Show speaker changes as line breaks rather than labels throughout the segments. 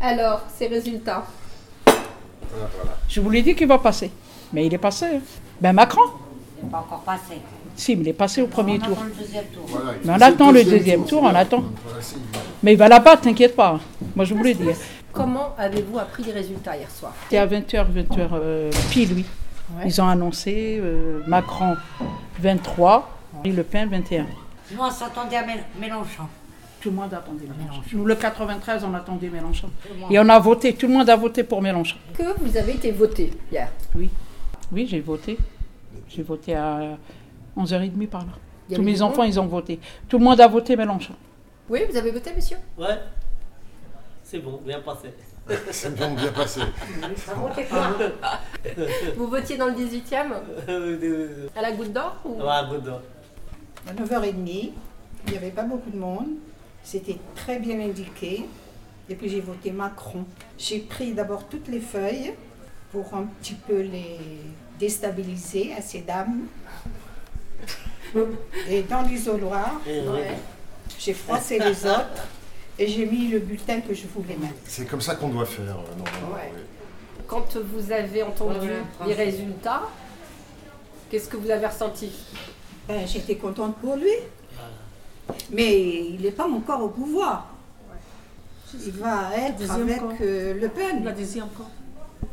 Alors, ces résultats.
Ah, voilà.
Je vous l'ai dit qu'il va passer. Mais il est passé. hein. Ben Macron
n'est pas encore passé.
Si, mais il est passé au premier
On
tour.
attend le deuxième tour.
Voilà,
Mais on
c'est
attend le deuxième tour, on
c'est là.
attend.
Donc, voilà, c'est-
Mais il va là-bas, t'inquiète pas. Moi, je vous l'ai dit. hein.
Comment avez-vous appris les résultats hier soir
C'était à 20h, 20h euh, pile, oui.
Ouais.
Ils ont annoncé euh, Macron 23 et Le Pen 21.
Nous, on s'attendait à Mél- Mélenchon.
Tout le monde attendait Mélenchon.
Mélenchon.
Nous, le 93, on attendait Mélenchon.
le monde.
Et on a voté, tout le monde a voté pour Mélenchon.
Que vous avez été voté hier
Oui, oui, j'ai voté. J'ai voté à 11h30 par là.
Il y
Tous
avait
mes
du monde
enfants, ils ont voté. Tout le monde a voté Mélenchon.
Oui, vous avez voté, monsieur
Ouais. C'est bon, bien passé.
C'est bon, bien passé.
Vous votiez dans le 18e
ouais,
À la goutte d'or ou...
bon.
À 9h30, il n'y avait pas beaucoup de monde. C'était très bien indiqué. Et puis j'ai voté Macron. J'ai pris d'abord toutes les feuilles pour un petit peu les déstabiliser à ces dames. Et dans l'isoloir,
Ouais.
j'ai froissé les autres et j'ai mis le bulletin que je voulais mettre.
C'est comme ça qu'on doit faire, euh, normalement.
Ouais.
oui.
Quand vous avez entendu
Voilà,
les
français.
résultats, qu'est-ce que vous avez ressenti
Ben, J'étais contente pour lui. Mais il n'est pas encore au pouvoir. Il va être
Deuxième
avec
camp.
euh, Le
La
Pen.
deuxième camp.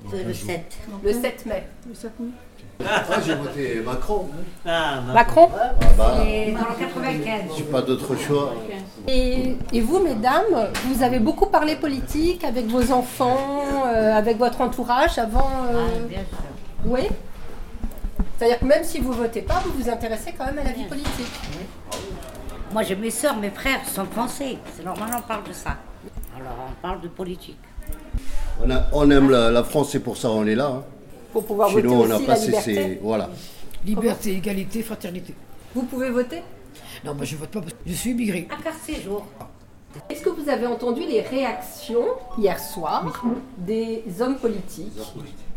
C'est le 7.
le 7 mai
Le 7 mai.
Ah, j'ai voté Macron. hein.
Ah, ma-
Macron
Ah bah,
Et dans le 95.
j'ai pas d'autre choix.
Et, et vous, mesdames, vous avez beaucoup parlé politique avec vos enfants, euh, avec votre entourage avant.
Ah,
euh,
bien sûr.
oui C'est-à-dire que même si vous votez pas, vous vous intéressez quand même à la vie politique.
Moi, j'ai mes soeurs, mes frères sont français. C'est normal, on parle de ça. Alors, on parle de politique.
On, a- on aime la, la France, c'est pour ça qu'on est là. hein.
Pour pouvoir
Chez nous,
voter
on n'a
aussi
pas
la liberté.
cessé. Voilà.
Liberté, égalité, fraternité.
Vous pouvez voter
Non, moi je vote pas parce que je suis immigré.
À quart séjour.
Est-ce que vous avez entendu les réactions hier soir des hommes politiques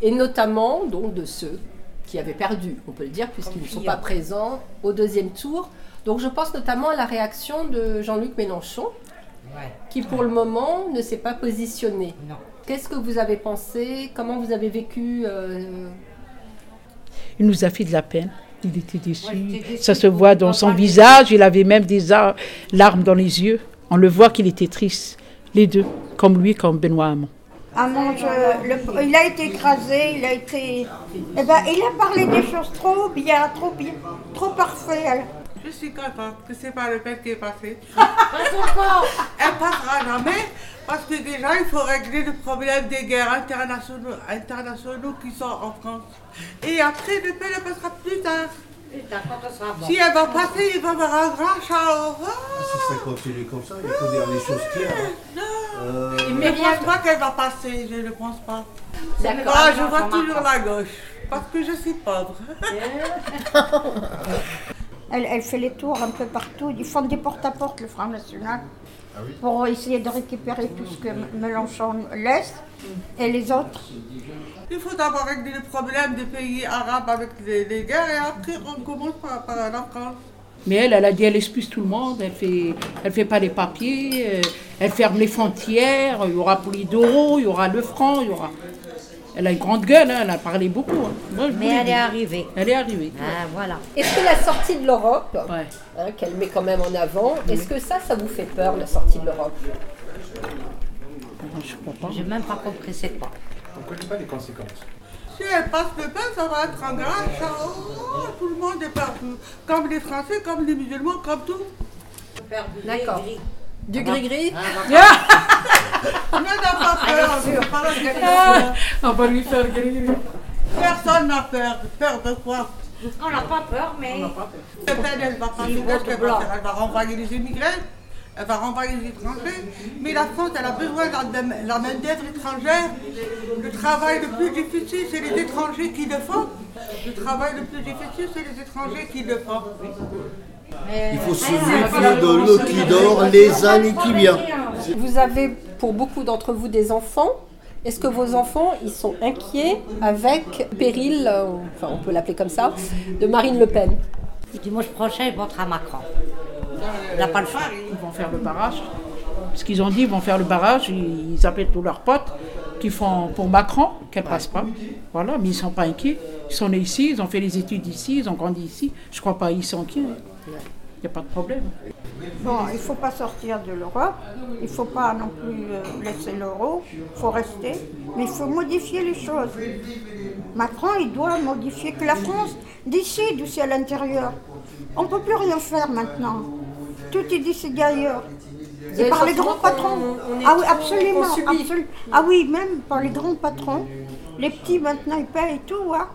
et notamment donc de ceux qui avaient perdu, on peut le dire, puisqu'ils ne sont pas présents au deuxième tour. Donc je pense notamment à la réaction de Jean-Luc Mélenchon,
Ouais.
qui pour le moment ne s'est pas positionné.
Non.
Qu'est-ce que vous avez pensé Comment vous avez vécu euh,
Il nous a fait de la peine. Il était déçu.
Ouais, j'étais déçue.
Ça se voit dans son visage. Il avait même des ar- larmes dans les yeux. On le voit qu'il était triste. Les deux, comme lui, comme Benoît Hamon.
Ah non, je- le- il a été écrasé, il a été. Eh ben, il a parlé des choses trop bien, trop bien, trop parfait. alors.
Je suis contente que c'est pas le père qui est passé. Elle passera jamais parce que déjà, il faut régler le problème des guerres internationaux, internationaux qui sont en France. Et après, le père le passera plus tard.
Putain, quand on sera bon.
Si elle va passer, il va me rendre à Charleroi.
Si ça continue comme ça, il faut dire les choses claires. hein. Euh,
Je ne pense pas qu'elle va passer, je ne pense pas.
D'accord.
Ah, je vois toujours la gauche parce que je suis pauvre.
Elle, elle fait les tours un peu partout. Ils font des porte-à-porte, le Front National,
Ah oui.
pour essayer de récupérer tout ce que M- Mélenchon laisse et les autres.
Il faut d'abord régler le problème des pays arabes avec les, les guerres et après on commence par, par la France.
Mais elle, elle a dit, elle expulse tout le monde, elle fait, elle fait pas les papiers, euh, elle ferme les frontières, il y aura Polidoro, il y aura le franc, il y aura... Elle a une grande gueule, hein, elle a parlé beaucoup. hein. Moi, je vous
Mais
l'ai
elle
dit.
est arrivée.
Elle est arrivée.
Ah, voilà.
Est-ce que la sortie de l'Europe,
Ouais.
hein, qu'elle met quand même en avant, est-ce que ça, ça vous fait peur, la sortie de l'Europe
Non, je crois pas.
J'ai même pas compris c'est quoi.
On ne connaît pas les conséquences.
Si elle passe le pain, ça va être en grand chaos. Oh, Tout le monde est partout. Comme les Français, comme les musulmans, comme tout.
D'accord. Du gris-gris
Ah, Ne n'a pas peur. je parle de
Ah,
quelqu'un.
on va lui faire griller.
Personne n'a peur. Peur de quoi
On n'a pas peur, mais.
Le peine, elle va passer
vote
qu'est-ce qu'elle va
blanc.
faire Elle va renvoyer les immigrés, elle va renvoyer les étrangers. Mais la France, elle a besoin de la, de la main-d'œuvre étrangère. Le travail le plus difficile, c'est les étrangers qui le font. Le travail le plus difficile, c'est les étrangers qui le font.
il faut se méfier de l'eau qui dort les années qui
bah,
viennent.
Vous avez pour beaucoup d'entre vous des enfants. Est-ce que vos enfants, ils sont inquiets avec le péril, euh, enfin on peut l'appeler comme ça, de Marine Le Pen
Dimanche prochain, il votera Macron. Il n'a pas le choix.
Ils vont faire le barrage. Parce qu'ils ont dit, ils vont faire le barrage, ils ils appellent tous leurs potes qui font pour Macron, qu'elle passe pas. Voilà, mais ils sont pas inquiets. Ils sont nés ici, ils ont fait les études ici, ils ont grandi ici. Je crois pas, ils sont inquiets. Il n'y a pas de problème.
Bon, il ne faut pas sortir de l'Europe, il ne faut pas non plus euh, laisser l'euro, il faut rester, mais il faut modifier les choses. Macron, il doit modifier que la France décide aussi à l'intérieur. On ne peut plus rien faire maintenant. Tout est décidé ailleurs.
Vous
Et
avez
par
le
les grands
sentiment qu'on-
patrons.
on est
ah oui,
trop-
absolument.
qu'on subit.
absolu- Ah oui, même par les grands patrons. Les petits maintenant, ils payent tout. Hein.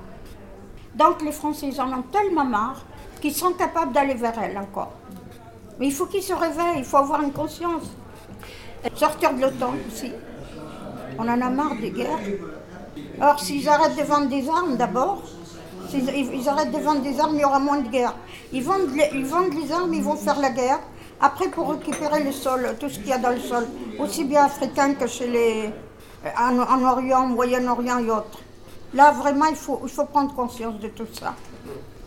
Donc les Français, ils en ont tellement marre qu'ils sont capables d'aller vers elle encore. Mais il faut qu'ils se réveillent, il faut avoir une conscience. Sortir de l'OTAN aussi. On en a marre des guerres. Or, s'ils arrêtent de vendre des armes d'abord, s'ils ils- ils arrêtent de vendre des armes, il y aura moins de guerre. Ils vendent, les, ils vendent les armes, ils vont faire la guerre. Après, pour récupérer le sol, tout ce qu'il y a dans le sol, aussi bien africain que chez les. en, en Orient, Moyen-Orient et autres. Là, vraiment, il faut, il faut prendre conscience de tout ça.